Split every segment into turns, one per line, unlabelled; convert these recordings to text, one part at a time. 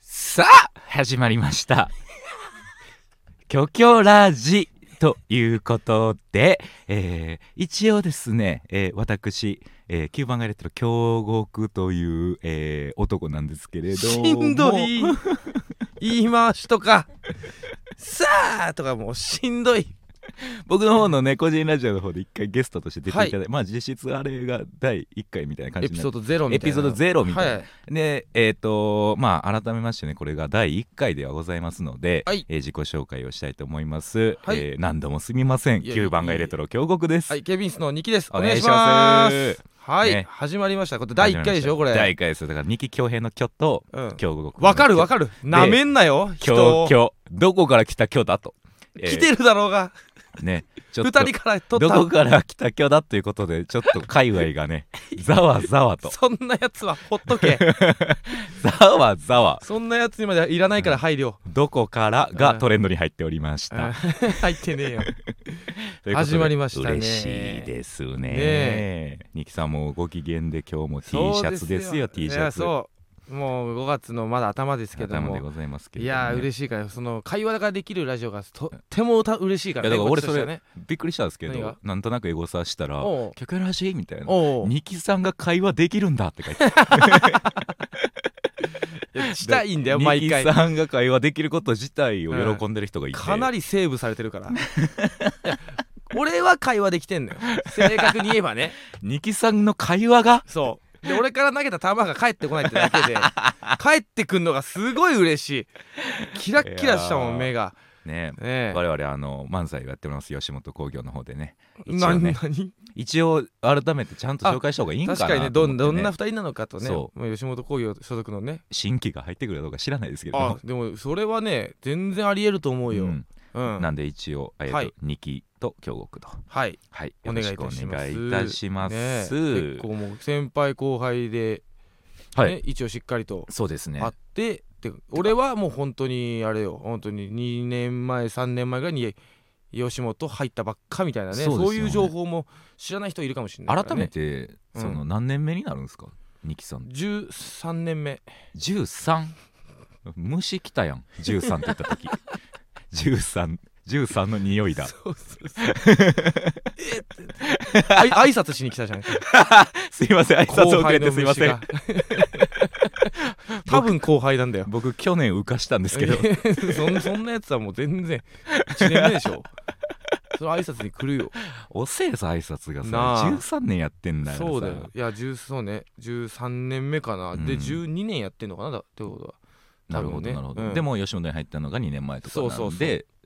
さあ始まりま した「キョキョラジ」ということで、えー一応ですね、えー私、えー、9番がレッド京極という、えー男なんですけれども
しんどい言い回しとかさあとかもうしんどい
僕の方のね個人ラジオの方で一回ゲストとして出ていただいて、
は
まあ実質あれが第1回みたいな感じ
エ
に
ピ
な
ソー
っ
ドゼロみたいな
エピソードゼロみたいな
はい、
でえっ、とまあ改めましてねこれが第1回ではございますので、
はい
えー自己紹介をしたいと思います、
はい
えー何度もすみません
いや
9番がエレトロ京極です、
はい、ケビンスの二期です
お
お
願
願
い
い
し
し
ま
ますすはい、
ね
始まりましたこれ第一回でしょこれ
第1回ですだから二木恭平の京と
うん
京極
わかるわ
る
かるなめんなよ人
京
を
京どこから来た京だと、えー
来てるだろうが
ねちょ
二
っと
人から取
ど
っ
こから来た京だということでちょっと界隈が ねざわざわ
た
と
そんなやつはほっと け
ざわざわ
そんなやつにまではいらないから配慮
どこからがトレンドに入っておりました。
入ってねえよ
ということで
始まりましたね
嬉しいです
ね
ね。ニキさんもご機嫌で今日も T シャツですよ T シャツ。
いやそうもう5月のまだ頭ですけど
頭で
も
ございますけ
い
れどもね、
やー
しい
嬉しいからその会話ができるラジオがとってもうた嬉しいから
いやだから俺
こっちとしてはね
びっくりしたんですけ
何
ど
が
なんとなくエゴサしたら
おう
「曲らしい」みたいな「
おう
ニキさんが会話できるんだ」って書いてある
いやしたいんだよ
で
毎回
ニキさんが会話できること自体を喜んでる人がいて、
かな
り
りセーブされてるからいや俺は会話できてんのよ正確に言えばね
ニキさんの会話が
そうで俺から投げた球が返ってこないってだけで返ってくんのがすごい嬉しいキラッキラした
い
も
やー
ん目が
ね
ねえ
我々あの漫才をやってます吉本興業の方でね一応
何
ね
何
一応改めてちゃんと紹介した方がいいんかな
確かにね
と
ど
思
ん
って
どんな2人なのかとね
そ
まあ吉本興業所属のね
新規が入ってくるかどうか知らないですけれど
あ
も
でもそれはね全然ありえると思うよ、
う
うんん
なんで一応、えーと
はい
二期と京極と
はい
はいよ
お
ろ
願い
し
い
くお
たします
願いいたしま
ねえ
す、
結構もう先輩後輩で、ね
はい
一応しっかりと
そうですね
あって、で俺はもう本当にあれよ本当に2年前3年前ぐらいに吉本入ったばっかみたいなね
そ
そうう
ですよね
いう情報も知らない人いるかもしれないから、
改め
ね、
て、
うん
その何年目になるんですか二木さん
13年目
13虫来たやん13って言った時 13 13の匂いだ
そうそうそうえっあい挨拶しに来たじゃん
すいま せん挨拶遅れてすいません
後輩の虫が多分後輩なんだよ
僕去年浮かしたんですけど
そんそんなやつはもう全然1年目でしょ それ挨拶に来るよ
遅えぞ挨拶が
な
さ
あ
13年やってんだよ
そうだよいや10そうね13年目かな、
うん
で12年やってんのかなだってことは
なるほ
多分
ど
ね
なるほど、
うん
でも吉本に入ったのが2年前とかなんで
そうそう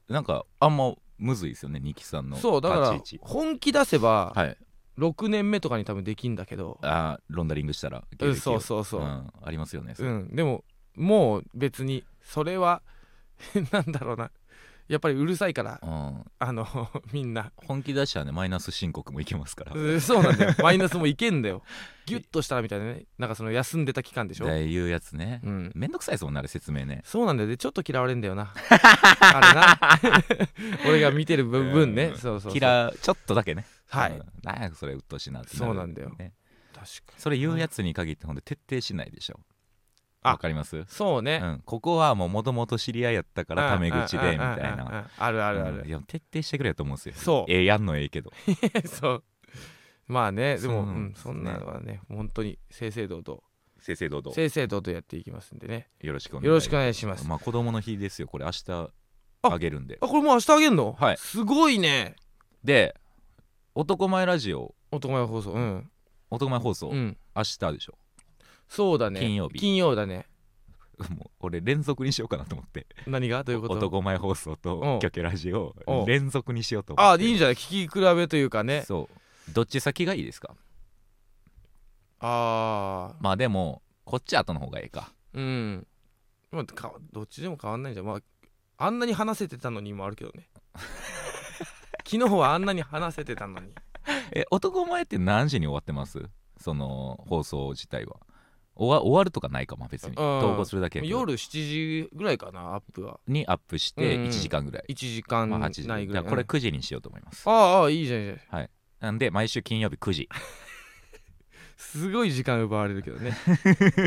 そ
なんかあんまむずいですよね二木さんの立ち位
そうだから
置
本気出せば
はい
6年目とかに多分できんだけど、
あーロンダリングしたら
うん、そうそう
う
そう、うん
ん、ありますよね、
でももう別にそれは なんだろうなやっぱりうるさいから
うん、
あの みんな
本気出したらねマイナス申告もいけますから
うんそうなんだよマイナスもいけんだよギュッとしたらみたいなねなんかその休んでた期間でしょ、
でいうやつね、
うん、
めんどくさいですもんねあれ説明ね
そうなんだよでちょっと嫌われんだ よなあれな 俺が見てる部分ね、
うん
そうそうそう
嫌ちょっとだけね
はい、
うんなんやそれ鬱陶しいなってる
そうなんだよ
ね
確かに
それ言うやつに限ってほんで徹底しないでしょ
あ
わかります
そうね、
うん、ここはもうもともと知り合いやったからタメ口でみたい
うんうんうんうん
な
うんあるあるある、
うんいや徹底してくれやと思うんですよ
そう
ええやんのええけど
そうまあねで
そう
もそ,、
なんんですね
そんなのはね本当に正々堂々
正々堂々
正々堂々やっていきますんでね
よろしくお願い
よろしくお願いします、
まあ子供の日ですよこれ明日あげるんで
あこれもう明日あげんの
はい
すごいね
で男前ラジオ
男前放送うん
男前放送、
うん
明日でしょ
そうだね
金曜日
金曜だね
もう俺連続にしようかなと思って
何がどういうこと
男前放送
う
と
ん
キョキョラジオ
うん
連続にしようと思
あ
っ
いい
て
んじゃない聞き比べというかね
そうどっち先がいいですか
ああ
まあでもこっち後の方がええか
うんまあかどっちでも変わんないんじゃんまああんなに話せてたのにもあるけど ね昨日はあんなに話せてたのに
え男前って何時に終わってますその放送自体は終わ終わるとかないかも別に
うん
投稿するだけやけど
夜7時ぐらいかなアップは
にアップして
うんうん
1時間ぐらい、
1時間
まあ8時
ないぐらい、
だから
うん
これ9時にしようと思います
ああああいいじゃんいいじゃん
なんで毎週金曜日9時
すごい時間奪われるけど ね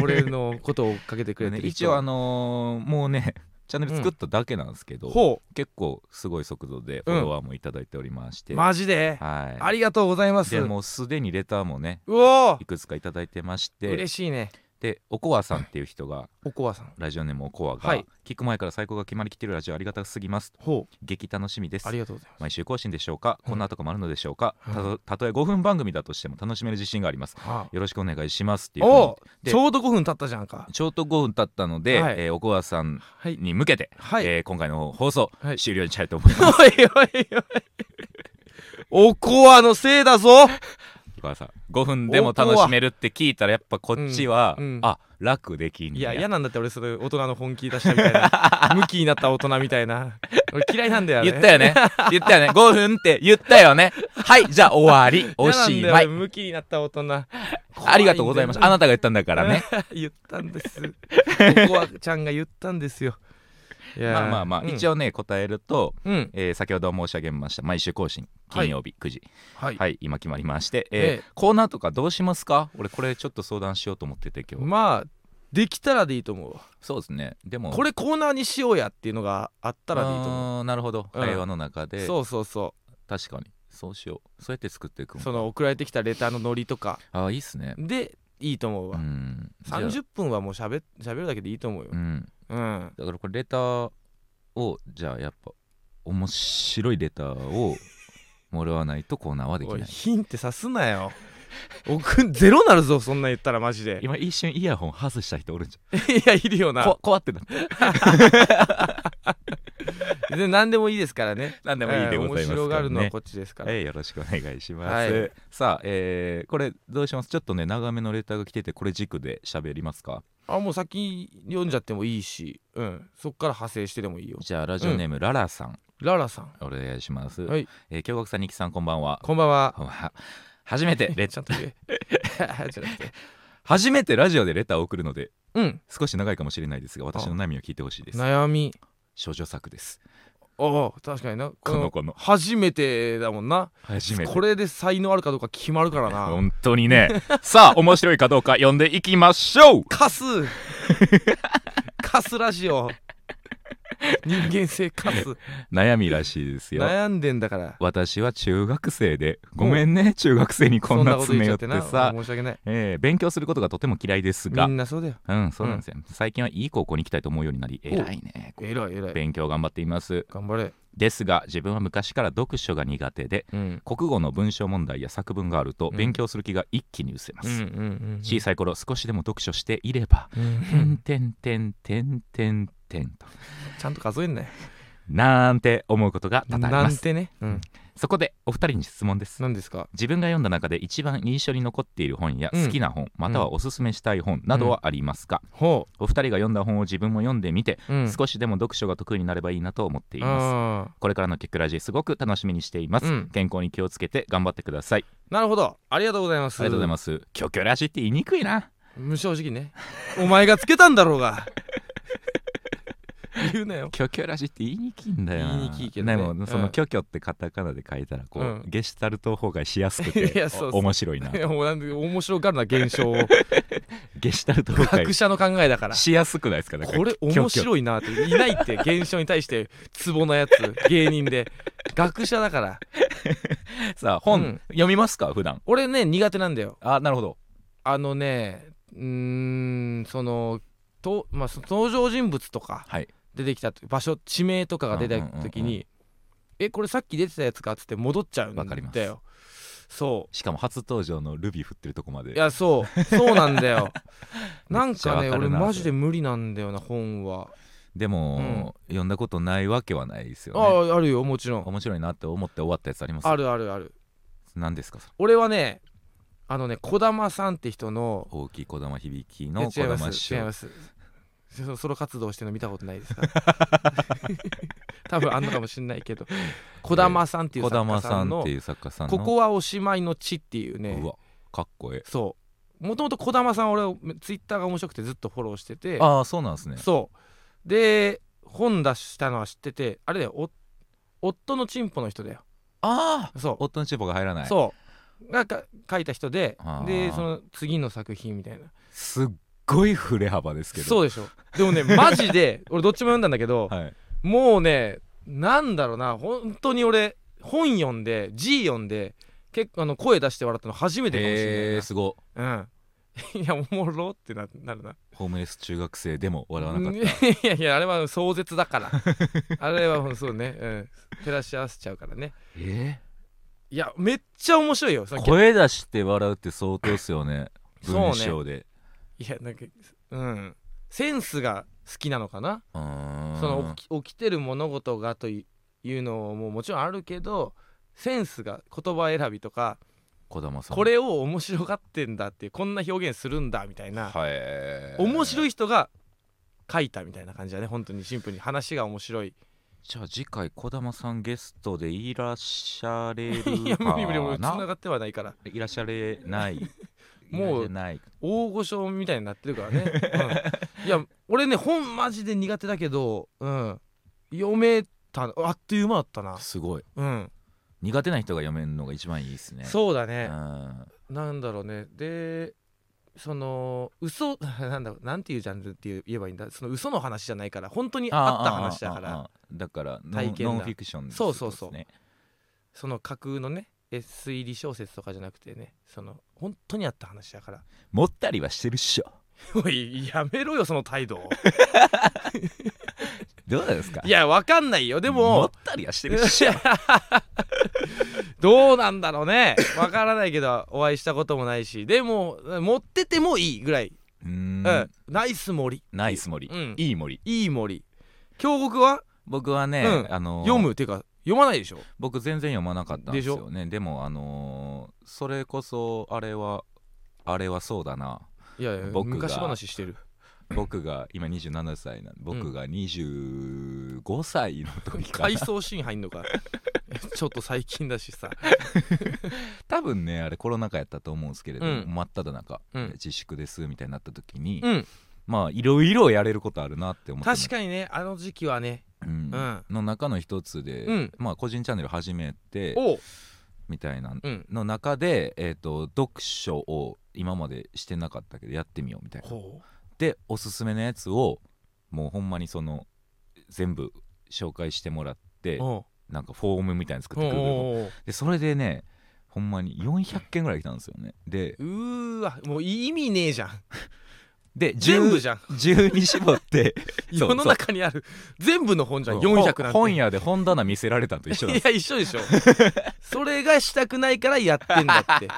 俺のことを追っかけてくれて
ね
る人
一応あのーもうね チャンネル作っただけなんですけど、
ほ
結構すごい速度でフォロワーもいただいておりまして、
う
はい
マジでありがとうございます
で
う
もうすでにレターもね
おー
いくつかいただいてまして
嬉しいね
でおこわさんっていう人が
おこわさん
ラジオネームおこわが、
はい
聞く前から最高が決まりきってるラジオありがたすぎます
ほう
激楽しみです
ありがとうございます
毎週更新でしょうか、
うん
こんなとこもあるのでしょうか、
うん
たとたとえ5分番組だとしても楽しめる自信があります
は
よろしくお願いしますって
あ
いうふうに
お
で
ちょうど5分経ったじゃんか
ちょうど5分経ったので、
はい
えーおこわさん
はい
に向けて、
はい、
えー今回の放送、
はい
終了にしたいと思い ます
おいおいおいおこわのせいだぞ
おこわさん5分でも楽しめるって聞いたらやっぱこっちは、
うんうん
あ楽できんね
いや嫌なんだって俺それ大人の本気出したみた いな向きになった大人みたいな俺嫌いなんだよね
言ったよね言ったよ ね5分って言ったよねはいじゃあ終わりおし
嫌なん
ま
だ
い
よ俺向きになった大人
ありがとうございましたあなたが言ったんだからね
言ったん ですおこわちゃんが言ったんですよい
ま
やー
あまあまあ、
うん
一応ね答えると、
うん
えー先ほど申し上げました毎週更新金曜日9時
は
はいい、今決まりまして、えー
ええ
コーナーとかどうしますか俺これちょっと相談しようと思ってて今日、
まあできたらでいいと思うわ
そうですねでも
こ
れ
れコーナーにしようやっていうのがあったらでいいと思う
なるほど、
うん
会話の中で
そうそうそ
確かにそうしようそうやって作っていく
う
もん
その送られてきたレターのノリとか
ああいいっすね
でいいと思う
う
わ、
んじゃあ
30分はもうしゃべるだけでいいと思うよ
う、ん
うん、
だからこれレターをじゃあやっぱ面白いレターをもらわないとコーナーはでき
おい
ない
ヒンってさすなよ 奥ゼロなるぞそんなん言ったらマジでい
今一瞬イヤホン外した人おるんじ
やいるよ
ゃん
な
こ怖ってなって
で何でもいいですからね
何でもいいでございます
えー面白がる
か
の
らね
はこっちですから、
えーよろしくお願いします、
はい
さあ、えーこれどうしますちょっとね長めのレターが来ててこれ軸で喋りますか
あもう先読んじゃってもいいし、うん、そっから派生してでもいいよ
じゃあラジオネーム、ララさん
ララさん
お願いします、
はい
えー京極さんにきさんこんばんは
こんばんは
こんばんは初めてレ
ちゃんと言え じゃなくて
初めてラジオでレターを送るので
うん
少し長いかもしれないですが私の悩みを聞いてほしいです
悩み
少女作です
ああ確かにな
この子の
初めてだもんな
初めて
これで才能あるかどうか決まるからな
本当にね さあ面白いかどうか読んでいきましょう
カスカスラジオ人間性カス
悩みらしいですよ
悩んでんだから
私は中学生でごめんね中学生にこんな
そ
詰め寄って
な
さ
申し訳ない
えー勉強することがとても嫌いです
み
が
んなそうだよ
うんそうなんですよ、最近はいい高校に行きたいと思うようになり
お
偉いね
えらいえらい
勉強頑張っています
頑張れ
ですが自分は昔から読書が苦手で
うん
国語の文章問題や作文があると
うん
勉強する気が一気に失せます、
うんうんうん
小さい頃少しでも読書していれば
うん
「てんてんてんてんてんてん」と
ちゃんと数えんなよ
なんて思うことが多々あり
な
ま
ん
す
てねうん
そこでお二人に質問です
何ですか
自分が読んだ中で一番印象に残っている本や
うん
好きな本、またはおすすめしたい本などはありますか、
ほ
お二人が読んだ本を自分も読んでみて、
ううん
少しでも読書が得意になればいいなと思っています
あ
これからのキクラジすごく楽しみにしています、
うん
健康に気をつけて頑張ってくださいあ
ーなるほどありがとうございます
りがとうございますキョキョラジって言いにくいな
無正直ねお前がつけたんだろう が言うなよ
キョキョラジって言いにくいんだよな
言いにくいけどね
でもそ
うん
のキョキョってカタカナで書いたらこう、
うん
ゲシュタルト崩壊しやすく
い
て
やそうそう
お面 白いない
やもうなんで面白がるな現象を
ゲシュタルト崩
学
壊
者の考えだから
しやすくないですかだから
これ
キョキョ
面白いなっていないって現象に対してツボのやつ 芸人で学者だから
さあ本、
うん
読みますか普段
俺ね苦手なんだよ
あなるほど
あのねうーんそのと、まあ、そ登場人物とか
はい
出てきたと場所地名とかが出た時
うんうんうんう
に「えこれさっき出てたやつか?」っつって戻っちゃうん
わかりま
だ
す
よそ
しかも初登場のルビー振ってるとこま
う
で
いやそうそうなんだよな
め
んか
っちゃわ
ね
かる
俺
な
マジで無理なんだよな本は
でも、読んだことないわけはないですよね
ああるよもちろん
面白いなって思って終わったやつあります
あるあるある
何ですかそれ
俺はねあのね児玉さんって人の
大きい小玉響き
いや
の小
違いま
玉師
す違い
匠
ますそソロ活動してるの見たことな いですか多分あんのかもしんないけど児玉さんっていう
小
作家
玉
さ
さん
ん
っ
の
ていう作家さ
「
ん
こ
の
こはおしまいの地」っていうね
うわかっこえ
そうもともと児玉さん俺ツイッターが面白くてずっとフォローしてて
えああそうなんですね
そうで本出したのは知っててあれだよお夫のチンポの人だよ
ああ
そう
夫のチンポが入らない
そがか書いた人で
あー
でその次の作品みたいな
すっごい振れ幅ですけど
そうでしょで もねマジで俺どっちも読んだんだけど、
はい、
もうねなんだろうな本当に俺本読んで字読んで結構あの声出して笑ったの初めてかもし
え
れ
ー、すご
ないな、うん いやおもろってななるな
っホームレス中学生でも笑わなかっ
いやいやあれは壮絶だから あれはそうね、うん、照らし合わせちゃうからね
た、え
いやめっちゃ面白いよそ
ー
の
声出して笑うって相当っすよね
そうね
文章で
いやなんかうんセンスが好きなのかな
う,、ーん
その起き起きてる物事がといういうのももちろんあるけどセンスが言葉選びとか
児玉さん
これを面白がってんだっていうこんな表現するんだみたいな、
はい
面白
い
い人が書いたみたいな感じだね本当にシンプルに話が面白い
じゃあ次回児玉さんゲストでいらっしゃれるかない
や無理無理無理つながってはないから
いらっしゃれない
もう
いらっしゃれない
大御所みたいになってるか らね、うんいや俺ね本マジで苦手だけど、うん、読めたあっという間だったな
すごい
うん、
苦手な人が読めるのが一番いいですね
そうだ
う
ね、
ん
なんだろうねでその嘘 なんだろうなんていうジャンルって言う言えばいいんだその嘘の話じゃないから本当にあった話だか
あああ
ら
あだからノン
体験だ
ノンフィクションです
そうそうそう
ね
その架空のねえ推理小説とかじゃなくてねその本当にあった話だから
持ったりはしてるっしょ
おいやめろよその態 度
どうなんですか
いやわかんないよで
持
も
ったりはしてるっしょ
どうなんだろうねわからないけどお会いしたこともないしでも持っててもいいぐらい、
うー
うんん、ナイス森
ナイス森、
うん
いい森
いい森京極は
僕はね、
うん
あのー
読むっていうか読まないでしょ
僕全然読まなかったんですよねでもあのーそれこそあれはあれはそうだ ない
やいや
僕が
昔話し てる
僕が今27歳なんで僕が25歳の時か
回
ら、
想シーン入んのか ちょっと最近だしさ
多分ねあれコロナ禍やったと思うんですけれど、
うん
真っ只中、
うん
自粛ですみたいになった時に、
うん
まあいろいろやれることあるなって思って
確かにねあの時期はね
に、うん
うん
の中の一つで、
うん
まあ個人チャンネル始めて
おう
みたいな
うん
の中で、えー、と読書を今までしてなかったけどやってみようみたいな。
ほ
でおすすめのやつをもうほんまにその全部紹介してもらって
うお
なんかフォームみたいなの作
う
ってくる
おう
でそれでねほんまに400件ぐらい来たんですよねで
うーわもう意味ねえじ ゃん
で
全部
10
じゃん
10に絞ってそう
世の中にある全部の 本じゃん400なんて
本屋で本棚見せられたのと一緒なんで
い
す
や一緒 でしょそれがしたくないからやってんだって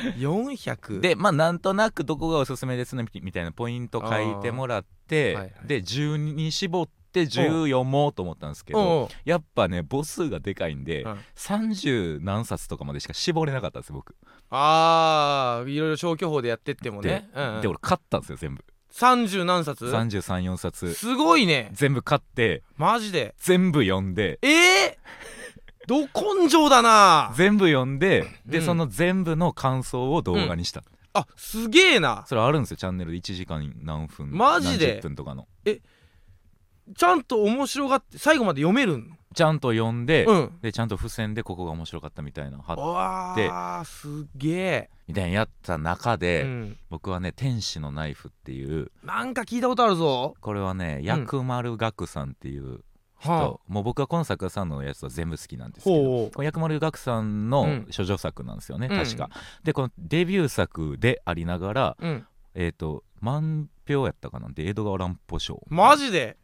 400
でまあなんとなくどこがおすすめですねみたいなポイント書いてもらって、
あーはいはい
で10に絞って10読もうと思ったんですけど、
おうおう
やっぱね母数がでかいんで、
うん
30何冊とかまでしか絞れなかったんですよ僕、
あーいろいろ消去法でやってってもね
で,、
うんうん
で俺買ったんですよ全部
30何冊
334冊
すごいね
全部買って
マジで
全部読んで
えー、ど根性だな
全部読んでで、
うん
その全部の感想を動画にした、
あすげえな
それあるんですよチャンネル1時間何分
マジで
何十分とかの
ちゃんと面白がって最後まで読めるん
ちゃんと読んで、
うん
でちゃんと付箋でここが面白かったみたいなの貼っ
わあすげ
みたいなのやった中
え、
で、
うん、
僕はね「天使のナイフ」っていう
なんか聞いたことあるぞ
これはね薬丸岳さんっていう人、
は
もう僕はこの作家さんのやつは全部好きなんですけど
ほう
これ薬丸岳さん
う
の
ん
処女作なんですよね、
うん
確か。でこのデビュー作でありながら、
うん
えー、と満票やったかなんで江戸川乱歩賞
マジで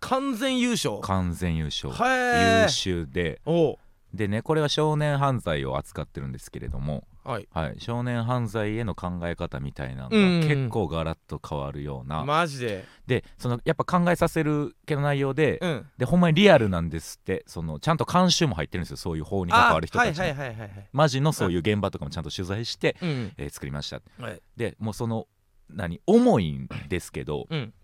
完全優勝
完全優勝、
へえ
優秀で
おう
でねこれは少年犯罪を扱ってるんですけれども、
はい
はい、少年犯罪への考え方みたいなのが
うんうん
結構ガラッと変わるような、
マジで
でそのやっぱ考えさせる系の内容で、
うん
でほんまにリアルなんですってそのちゃんと監修も入ってるんですよそういう法に関
あ
わる人たちの、
はいはいはいはいはい
マジのそういう現場とかもちゃんと取材して、
うん
えー作りました
はい
でもうその何重いんですけど
うん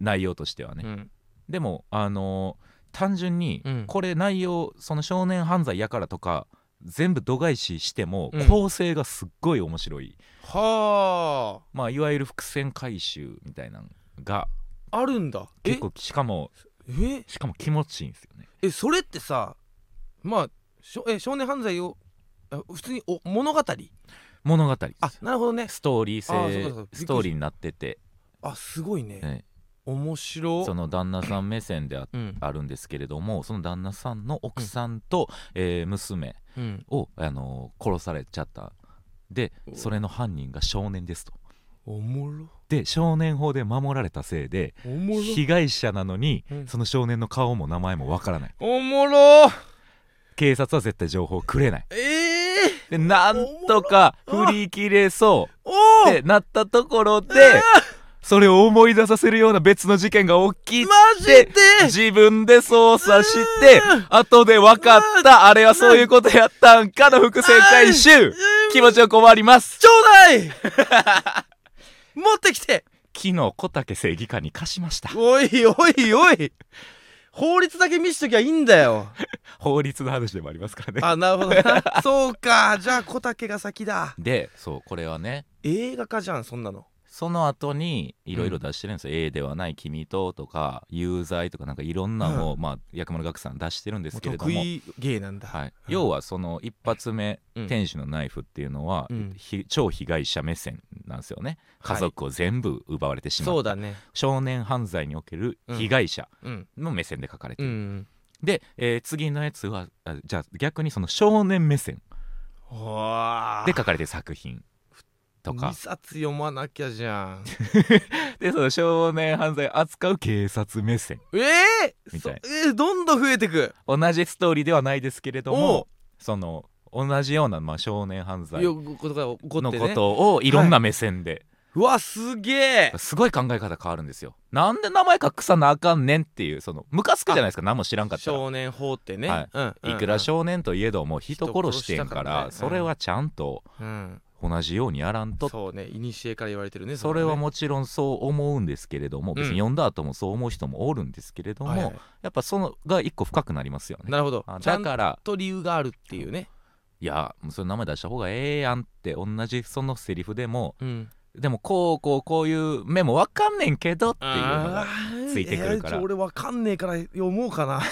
内容としてはね、
うん
でもあのー単純に
うん
これ内容その少年犯罪やからとか全部度外視しても
うん
構成がすっごい面白い、
は
まあいわゆる伏線回収みたいなのが
ああるんだえ
結構しかも
え
しかも気持ちいいんですよね
えそれってさまあしょえ少年犯罪をあ普通にお物語
物語
あなるほどね
ストーリー
あそうかそう
性
か
ストーリーになってて、
あすごいね、
え
面白
えその旦那さん目線であ
うん
あるんですけれどもその旦那さんの奥さんと、えー娘
うん
を、あのー殺されちゃったで
お
それの犯人が少年ですと
おもろ
で少年法で守られたせいで
おもろ
被害者なのに、
うん
その少年の顔も名前もわからない
おもろ
警察は絶対情報をくれない
ええ
でなんとか
おもろ
振り切れそう
おお
ってなったところで
うわ
それを思い出させるような別の事件が起き
マジで
自分で操作して
う
後で分かったあれはそういうことやったんかの伏線回収気持ちよく終わります
ちょうだい 持ってきて
昨日小竹正義官に貸しました
おいおいおい法律だけ見しときゃいいんだよ
法律の話でもありますからね
あなるほ どなそうかじゃあ小竹が先だ
でそうこれはね
映画化じゃんそんなの
その後にいろいろ出してるんですよ「A ではない君と」とか「有罪」とかなんかいろんなのを、まあ、薬丸岳さん出してるんですけれど
得
も、
意芸なんだ、
はい、要はその一発目
う
「
ん
天使のナイフ」っていうのは、
うん
ひ超被害者目線なんですよね
はい
家族を全部奪われてしま
そううだね
少年犯罪における
うん
被害者
うん
の目線で書かれて
う
る、
ん
で、えー次のやつはあじゃあ逆にその少年目線
ほ
で書かれてる作品とか
2冊読まなきゃじゃん
でその少年犯罪を扱う警察目線
ええ
み
そ
たい
えーどんどん増えてく
同じストーリーではないですけれど
おう
もその同じような、まあ、少年犯罪
よことが起こっ
の
て
こ
ね
とをいろんな目線で、
うわすげえ
すごい考え方変わるんですよなんで名前隠さなあかんねんっていうそのムカつくじゃないですか何も知らんかったら
少年法ってね、
はい
うんうん
いくら少年といえども人殺してんか
人殺したから
ら
ね
それはちゃんと
うん
同じようにやらんと
そうね古から言われてるね
それは
も
もちろんそう思うんですけれども別
うん
に読んだ後もそう思う人もおるんですけれど
う
も、
ねはいは
やっぱそのが一個深くなりますよ
い
ね
なるほど
あ
ちゃ
だ
んと
から
理由があるっていうね
いやもうその名前出した方がええやんって同じそのセリフでも
うん
でもこうこうこういう目もわかんねんけどっていうの
あ
が
ー
ついてくるから
えーちょ俺わかんねえから読もうかな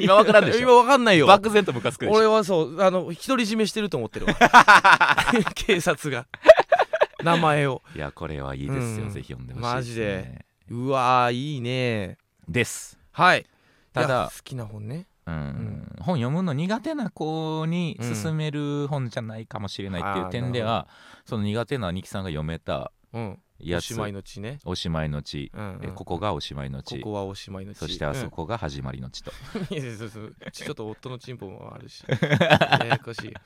今わからんでしょ
今わかんないよ
漠然とムカつくでしょ
俺はそうあの独り占めしてると思っ てるわ警察が名前を
いやこれはいいですよ、
うん
ぜひ読んでほしい
マジでうわーいいね
です
はい
ただ
いや好きな本ね
うん、本読むの苦手な子に
うん
勧める本じゃないかもしれないってい
あー
う点では、その苦手な兄貴さんが読めた
うん
や
お
つ
しまいの地ね
おしまいの地、
うんうん
えここがおしまいの地
ここはおしまいの地
そしてあそこが始まりの地と、
うんいやそうそうちょっと夫のチンポもあ るしややこしい こ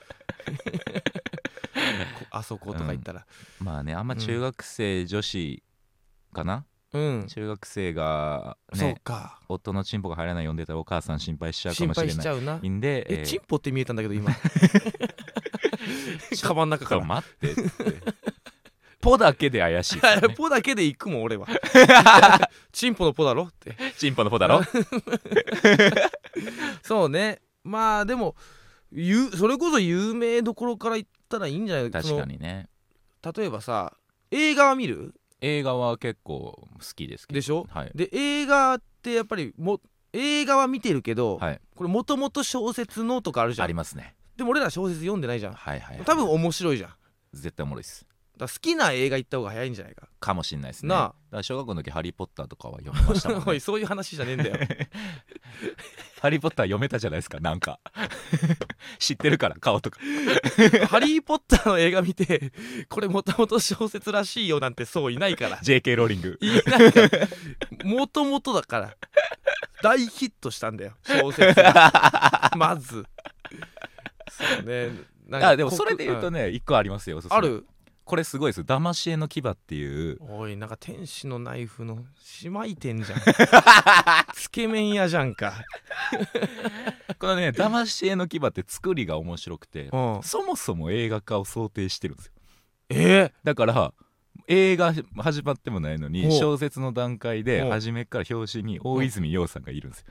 あそことか言ったら
まあねあんま中学生女子かな、
うん、
中学生が
そう
ね
か
夫のチンポが入らない読んでたらお母さん心配しちゃうか
心
もしれ
配しち
な
ゃうない
んで
え
ー
チンポって見えたんだけ ど今カバンの中
ち
か
ょっと
ら
待ってって ポだけで怪し いからね
ポだけで行くもん俺 はチンポのポだろって
チンポのポだろ
そうねまあでもゆそれこそ有名どころから言ったらいいんじゃない
確かにね
その例えばさ映画は見る
映画は結構好きですけど
でしょ
はい
で映画ってやっぱりも映画は見てるけど、
はい
これもともと小説のとかあるじゃ
あ
ん
りますね
でも俺ら小説読んでないじゃん
はいはいはい
多分面白いじゃんだか
絶対おもろいです
ら好きな映画行った方が早いんじゃないか
かもしんないですね
なあ
だから小学校の時「ハリー・ポッター」とかは読めましたもん、
お
ね
い、そういう話じゃねえんだよ
ハリー・ポッター読めたじゃないですかなん か知ってるから顔とか
ハリー・ポッターの映画見てこれもともと小説らしいよなんてそういないから
JK ローリング
いないからもともとだから大ヒットしたんだよ小説が まずそうねなんか
あでもそれで言うとね一個ありますよおすす
うん
め
ある
これすごいです騙し絵の牙っていう
おいなんか天使のナイフの姉妹店 じゃんつけ麺屋じゃんか
この ね騙し絵の牙って作りが面白くて
うん
そもそも映画化を想定してるんですよ
え
だから映画始まってもないの
ほ
に
う
小説の段階で
ほう
初めから表紙に大泉洋さんがいるんですよ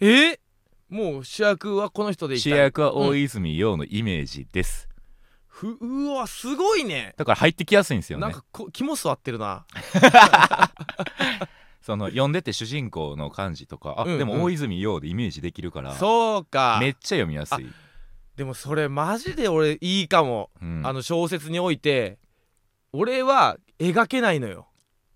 えもう主役はこの人でい
主
きたい
役は大泉洋のイメージです、
ふうわすごいね
だから入ってきやすいんですよ
なん
ね
かこ肝座ってるな
その読んでて主人公の漢字とかあ、
うんうん
でも大泉洋でイメージできるから
そうか
めっちゃ読みやすい
ででもそれマジで俺いいかも、
うん
あの小説において俺は描けないのよ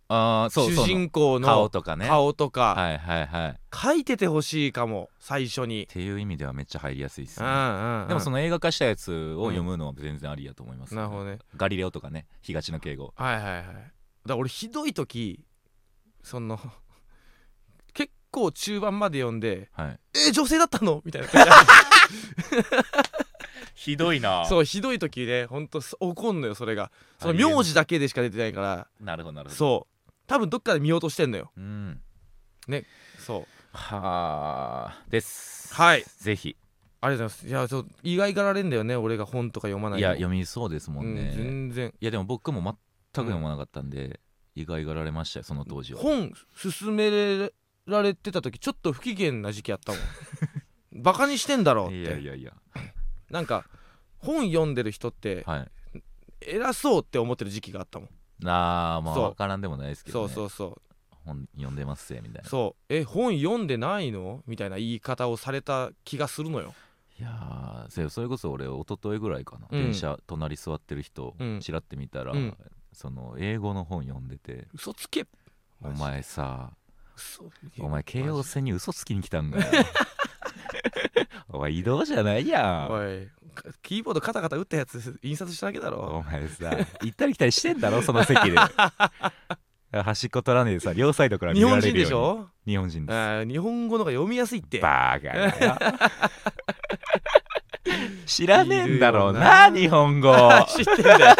あーそう
主
そう
人公の
顔とかね
顔とか
はいはいはいっ
書いててほしいかも最初に、
ていう意味ではめっちゃ入りやすいです
う
ね、
んうん
でもそ
の
の映画化したやつを読むのは全然ありやと思います、
なるほどね
ガリレオとかね東野敬吾
はいはいはいだから俺ひどい時その結構中盤まで読んで
はい
「え女性だったの?」みた いな
ひどいな
そうひどい時ねほんとそ怒んのよそれがその
ありえない
名字だけでしか出てないから
なるほどなるほど
そう多分どっかで見落としてんのよ
うん
そう
はあです
はい
ぜひ
ありがとうございますいやそう意外がられんだよね俺が本とか読まない
い
の
や読みそうですもんね、
う
い
ん、全然
やでも僕も全く読まなかったんで、意外がられましたよその当時は
本勧められてた時ちょっと不機嫌な時期あったも んバカにしてんだろうって
いやいやいや
なんか本読んでる人って
はい
偉そうって思ってる時期があったもん、
なあまあ
そう
分からんでもないですけど、
そ
ね、
うそうそ
本読んでますぜみたいうな
そうえ本読んでないのみたいな言い方をされた気がするのよ
いやーせそれこそ俺一昨日ぐらいかな、
うん
電車隣座ってる人
うん
ちらって見たら、
うん
その英語の本読んでて
嘘つけ
「お前さ
嘘
お前京王
マジ
線に嘘つきに来たんかよ お前移動じゃないや
おいキーボードカタカタ打ったやつ印刷しただけだ
んお
ろ
前さ行ったり来たりしてんだろその席で端っこ取らねえでさ 両サイドから見
日
ら
本
れ
人
るように
でしょ
日本人です
あー日本語の方が読みやすいって
バカだよ 知らねえんだろうな日本 語
知ってんだよ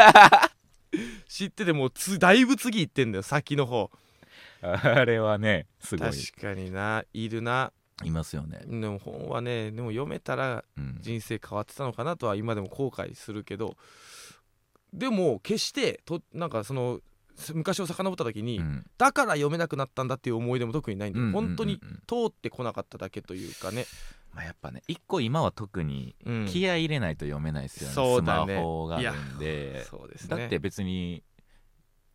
知っててもうつだいぶ次行ってんだよ先の方
あれはねすごい
確かにないるない
ますよね、
でも本はねでも読めたら
うん、
人生変わってたのかなとは今でも後悔するけどでも決してとなんかそのす昔を遡った時に、
うん
だから読めなくなったんだっていう思い出も特にないんで、
うん
本当
う
に
んうんうん
通ってこなかっただけというかね、
まあ、やっぱね一個今は特に
うん
気合い入れないと読めないですよね、
そうだ
ス
ね
マホがあるんで
そうです
だっ
ね
て別に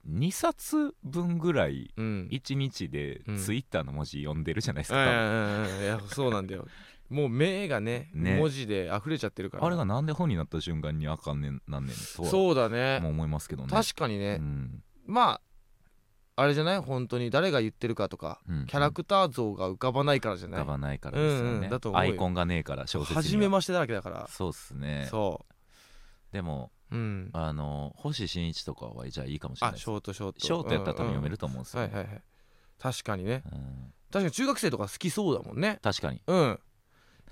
2冊分ぐらい
うん
1日で
うん
ツイッターの文字読んでるじゃないです
うんう
か、
んうんうんいやそうなんだよもう目がね
ね
文字で溢れちゃってるから
あれがなんで本になった瞬間にあかんねんなんねんとは
そうだね
もう思いますけどね
確かにね、
うん
まああれじゃない本当に誰が言ってるかとか、
うん
キャラクター像が浮かばないからじゃない
がないからですよね、
うんうんだと思う
ア
よ
イコンがねえから小説には
初めましてだらけだから
そうっすね
そ
でも
ううん
あの星新一とかはじゃあいいかもしれない
あ
です
ショートショート
ショートやったら多分読める
と
と思うんですよ、
はい
ね
はいはい確かにね
うん
確かに中学生とか好きそうだもんね
確かに
うん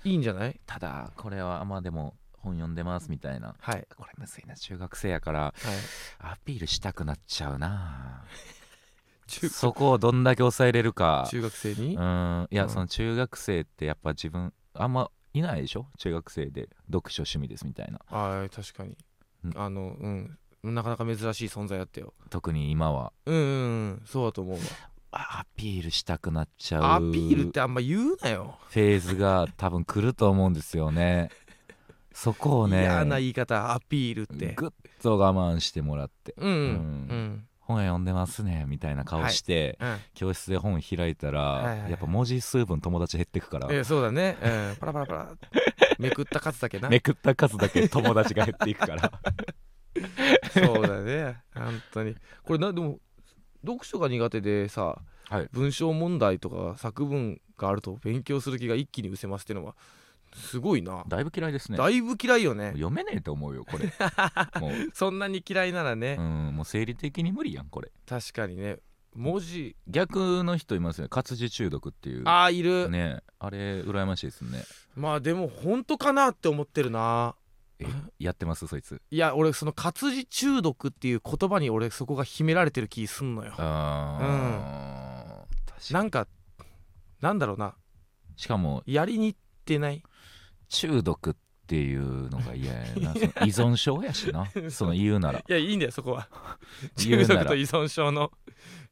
いいんじゃない
ただこれはまあでも本読んでますみたいな
はいはい
これむずいな中学生やからアピールしたくなっちゃうな
中
そこをどんだけ抑えれるか
中学生
う
に
ーんいや、
うん
その中学生ってやっぱ自分あんまいないでしょ中学生で読書趣味ですみたいな
ああ確かに
うん
あのうんなかなか珍しい存在だったよ
特に今は
うんうんうんそうだと思うわ
あアピールしたくなっちゃう
アピールってあんま言うなよ
フェーズが多分来ると思うんですよねそこをね
嫌な言い方アピールって
ぐっと我慢してもらって
うんうん
う
うん
本読んでますねみたいな顔して、
うん
教室で本開いたら、
はいはいはい
やっぱ文字数分友達減ってくから、
えーそうだね、うん、パラパラパラめくった数だけな、
めくった数だけ友達が減っていくから
そうだね本当にこれなでも読書が苦手でさ
はい
文章問題とか作文があると勉強する気が一気に失せますっていうのはすごいな、
だいぶ嫌いですね
だいぶ嫌いよね
読めねえと思うよこ れもう
そんなに嫌いならね、
うんもう生理的に無理やんこれ
確かにね文字
逆の人いますよね活字中毒っていう
ああいる、
ねあれ羨ましいですね
まあでも本当かなって思ってるな
えやってますそいつ
いや俺その活字中毒っていう言葉に俺そこが秘められてる気すんのよ
あー、確か
なんかなんだろうな
にしかも
やりに行ってない
中毒っていうのが嫌やなその依存症やしな その言うなら
いやいいんだよそこは
言
中
うなら
毒と依存症の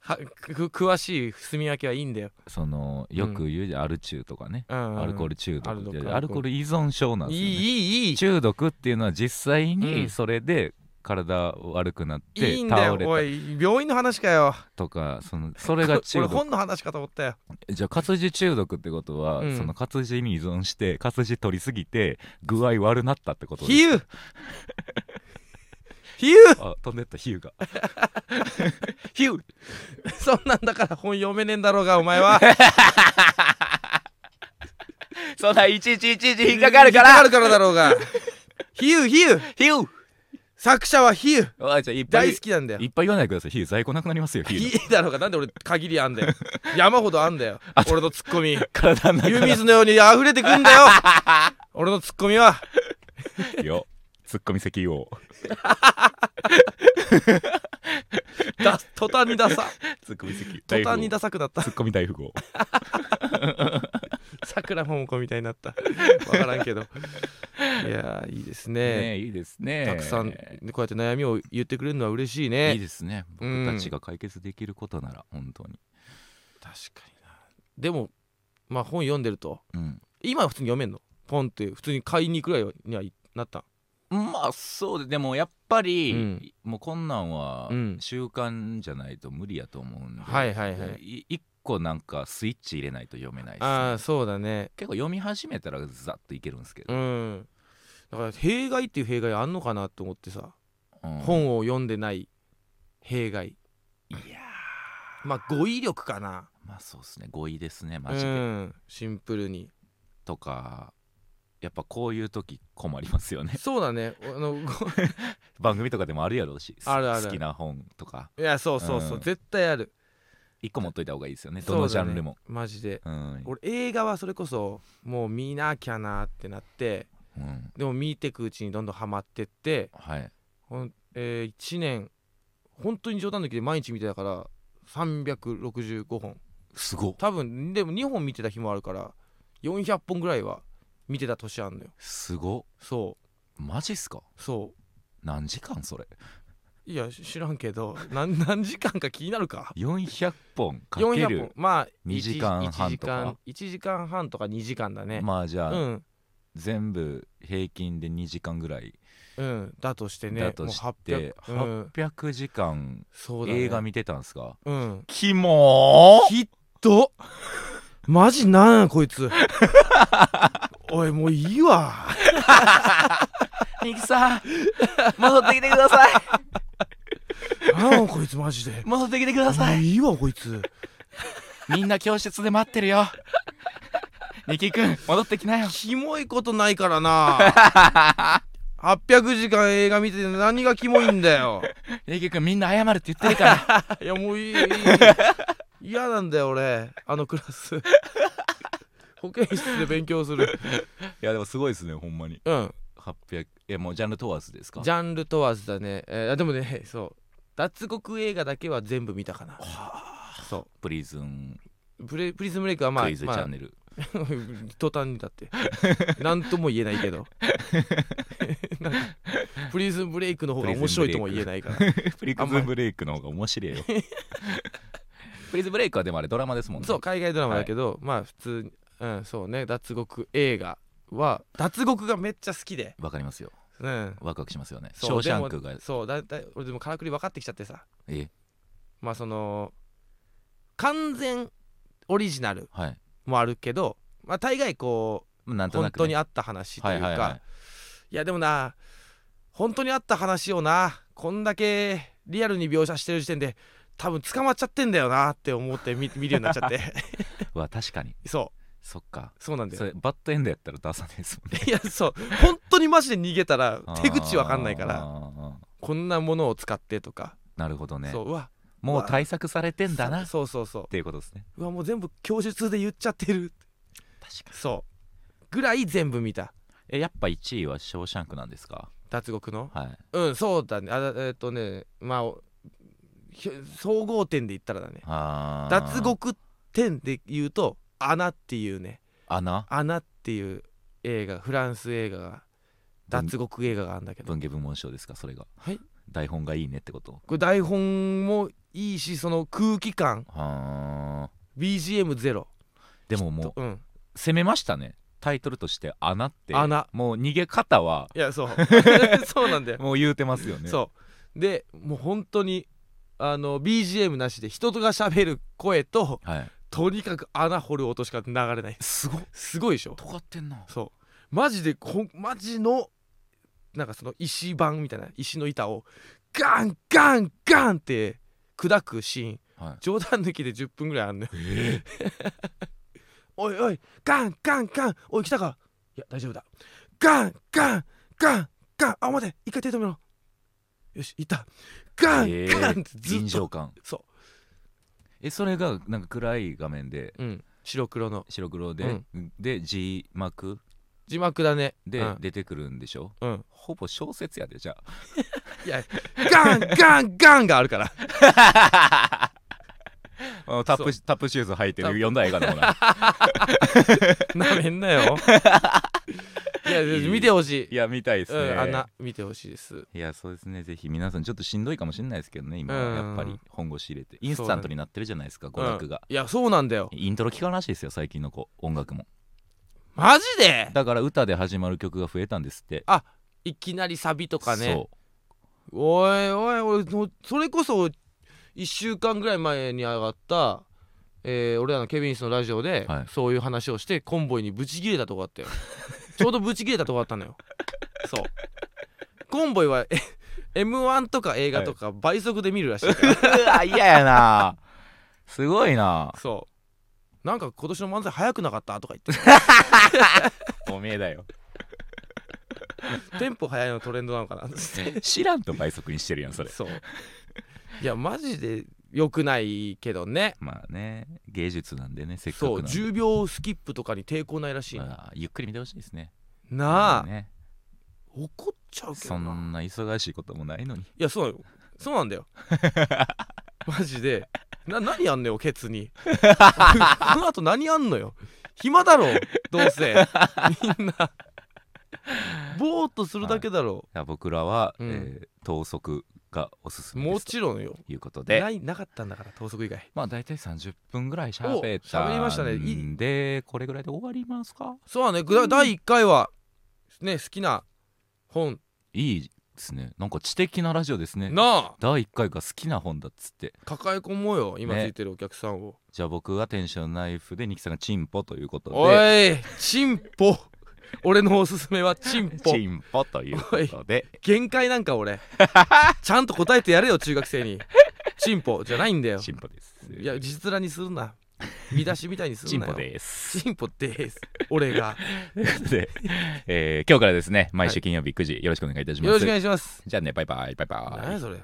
はく詳しい住み分けはいいんだよ、
そのよく言うじゃんアル中とかね
うんうん
アルコール中毒って
アルコール
アルコール依存症なん
い
で
い
すよね
いいいい
中毒っていうのは実際
う
に
ん
それで体悪くなっ
い
て
いんだ
倒
よ
れ
お
た
い病院の話かよ
とかそのそれが中
俺
毒
本の話かと思ったよ
じゃあ活字中毒ってことは、
うん
その活字に依存して活字取りすぎて具合悪なったってことです
比喩 比
あ飛んでったヒュ ーがヒュー
喩 そんなんだから本読めねえんだろうがお前は
そんないちいちいちいち
引っかかるからだろうが比喩比喩
ヒュー
作者は比喩
あじゃあいっぱい
大好きなんだよ
いっぱい言わないでくださいヒュー在庫なくなりますよヒュー
い
の
いだろうがなんで俺限りあん だよ山ほどあんだよ俺のツッコミ
体の
湯
中
水のように溢れてくん だよ俺のツッコミは
でよツッコミ石王
だ途端にダ サ
ツッコミ石
途端に
ツ
ダサくな った
ッコミ大富豪
さくらももこみたいになったわからんけどいやーいいですね
ねいいですね
たくさんこうやって悩みを言ってくれるのは嬉しいね
いいですね僕たちが解決できることなら本当に
確かになでもまあ本読んでると
うん
今は普通に読めんのポンって普通に買いに行くらいにはいなった
まあそうででもやっぱり、
うん
もうこんなんは
うん
習慣じゃないと無理やと思うんで、
はいはいはい
い一個なんかスイッチ入れないと読めないし、
ああそうだね
結構読み始めたらざっといけるんですけ
う
ど、
んだから弊害っていう弊害あんのかなと思ってさ、
うん
本を読んでない弊害
いや
まあ語彙力かな
ーまあそうですね語彙ですねマ
う
ジで、
んシンプルに
とかやっぱこういう時困りますよね
そうだねあの ご
番組とかでもあるやろうしす
あるある
好きな本とか
いやそうそうそう、
うん
絶対ある
一個持っといた方がいいですよねどのジャンルも
そうだねマジで
うん
俺映画はそれこそもう見なきゃなってなって
うん
でも見てくうちにどんどんハマってって
はい
ほん、え1年本当に冗談抜きで毎日見てたから365本
すごっ
多分でも2本見てた日もあるから400本ぐらいは見てた年あんのよ
すごっ
そ
マジっすか
うそ
何時間それ
ういやし知らんけど なん何時間か気になるか
400本かけ
400本
る
まあ
2時間半とか
1時間半とか2時間だね、
まあじゃあ、
うん
全部平均で2時間ぐらい
うん、だとしてね
だとして、
もう800うん、
800時間
そうだ、ね、
映画見てたんすか
うん
キモ
きっとマジなんやこいつおいもういいわ
ーミキさん戻ってきてください
なんこいつマジ で
戻ってきてくだ
もういいわこいつ
みんな教室で待ってるよニキ君戻ってきなよ
キモいことないからな800時間映画見てて何がキモいんだよ
ニキ君みんな謝るって言ってるから
いやもういいいい嫌なんだよ俺あのクラス保健室で勉強する
いやでもすごいですねほんまに
うん
800いやもうジャンル問わずですか
ジャンル問わずだね、えー、あでもねそう脱獄映画だけは全部見たかなそ
プリズン
うプレプリズムレイクはまあ
クイズチ
ま
ャ
あ
ンネル、
途端にだってなんとも言えない けどなんかプリズンブレイクの方が面白いとも言えないから
プリズンブレイクの方が面白いよプリズンブレイクはでもあれドラマですもんね
そう海外ドラマだけど、まあ普通にうんそうね脱獄映画は脱獄がめっちゃ好きで
わかりますよ
うん
ワクワクしますよねシ
そう
ョーシャンクが
でもそうだだ俺でもからくり分かってきちゃってさ
え
まあその完全オリジナル
はい
もあるけどまあ大概こ
な
うん
と
本
なく、ね、
当にあった話というか、
はいいはいはい
やでもな本当にあった話をなこんだけリアルに描写してる時点で多分捕まっちゃってんだよなって思って見見るようになっちゃって
うわ確かに
そう
そっか
そうなんだ
そ
よ
れバッドエンドやったら出さないですもんね
いやそう本当にマジで逃げたら 手口わかんないか
あ
ら
ーあーあー
こんなものを使ってとか、
なるほどね
そううわ
もう対策されてんだなっ
そうそうそうそ
ていうことですね
ううわもう全部供述で言っちゃってる
確か
そうぐらい全部見た
えやっぱ1位は「ショーシャンク」なんですか
脱獄の
はい
うんそうだねあだえっ、とねまあおひ総合点で言ったらだね
あー
脱獄点で言うと「穴」っていうね
穴
「穴」っていう映画フランス映画が脱獄映画があるんだけど
文芸部門賞ですかそれが
はい
台本がいいねってこと
これ台本もいいしその空気感
はあ
BGM ゼロ
でももう
とうん
攻めましたねタイトルとして「穴」って
穴
もう逃げ方はい
やそうそうなんだよ、
もう言うてますよね
そうでもう本当にあの BGM なしで人が喋る声と
はい
とにかく穴掘る音しか流れない
すごい
すごいでしょ
尖ってんな
そうマジでこんマジのなんかその石板みたいな石の板をガンガンガンって砕くシーン
はい
冗談抜きで10分ぐらいあんのよ
え
おいおいガンガンガンおい来たかいや大丈夫だガンガンガンガンあ待て一回手止めろよし行ったガン
え
ガンってずっ
臨
と、
場感
そ
えそれがなんか暗い画面で
う、うん、白黒の
白黒で、で字幕
字幕だね
で
うん
出てくるんでしょ、
うん、
ほぼ小説やでじゃ
いやガンガンガンがあるから
ああのタッ
そ
プタップシューズ履いてる読んだ映画だもんな
なめんなよいや
いい
見てほしい
いや見たいですね、
うん、穴見てほしいです
いやそうですねぜひ皆さんちょっとしんどいかもしれないですけどね今
うん
やっぱり本腰入れてインスタントになってるじゃないですか娯楽が、
いやそうなんだよ
イントロ聞かなしいですよ最近の子音楽も
マジで
だから歌で始まる曲が増えたんですって
いきなりサビとかね
そ
おいおい俺のそれこそ1週間ぐらい前に上がった、えー俺らのケビンスのラジオで、
はい
そういう話をしてコンボイにブチギレたとこ あったよちょうどブチギレたとこあったのよそうコンボイは m 1とか映画とか倍速で見るらしいから、
ううわ嫌やなすごいな
そうなんか今年の漫才早くなかったとか言って
おめえだよ
テンポ早いのトレンドなのかなって
知らんと倍速にしてるやんそれ
そういやマジで良くないけどね
まあね芸術なんでねせっかく
そ
な
うん
で
10秒スキップとかに抵抗ないらしい、
まあゆっくり見てほしいですね
なあ、
ね
怒っちゃうけ
そ
どなん
な忙しいこともないのに
いやそうよそうなん だよマジでな何やんのよケツにこの後何やんのよ暇だろどうせみんなぼーっとするだけだろ、
いや僕らは、
うん
えー等速がおすすめで
も
す
ちろんよ
ということで
ないなかったんだから等速以外
まあ大体30分ぐらいしゃべった
お喋りましたねい
んでこれぐらいで終わりますか
そうだねぐだ第1回はね好きな本
いいですねなんか知的なラジオですね
なあ
第1回が好きな本だっつって
抱え込もうよ今つ
ね
いてるお客さんを、
じゃあ僕がテンションナイフでニキさんがチンポということ
お
で
いチンポ 俺のおすすめはチンポ
チンポということで
限界なん か俺ちゃんと答えてやれよ中学生にチンポじゃないんだよ
チンポです
いや事実らにするな見出しみたいにす
チン
るなよ
ポです
チンポです俺が
ということ で、えー今日からですね毎週金曜日9時よろしくお願いいたします、
よろしくお願いします
じゃあねバイバイバイバイ
何やそれ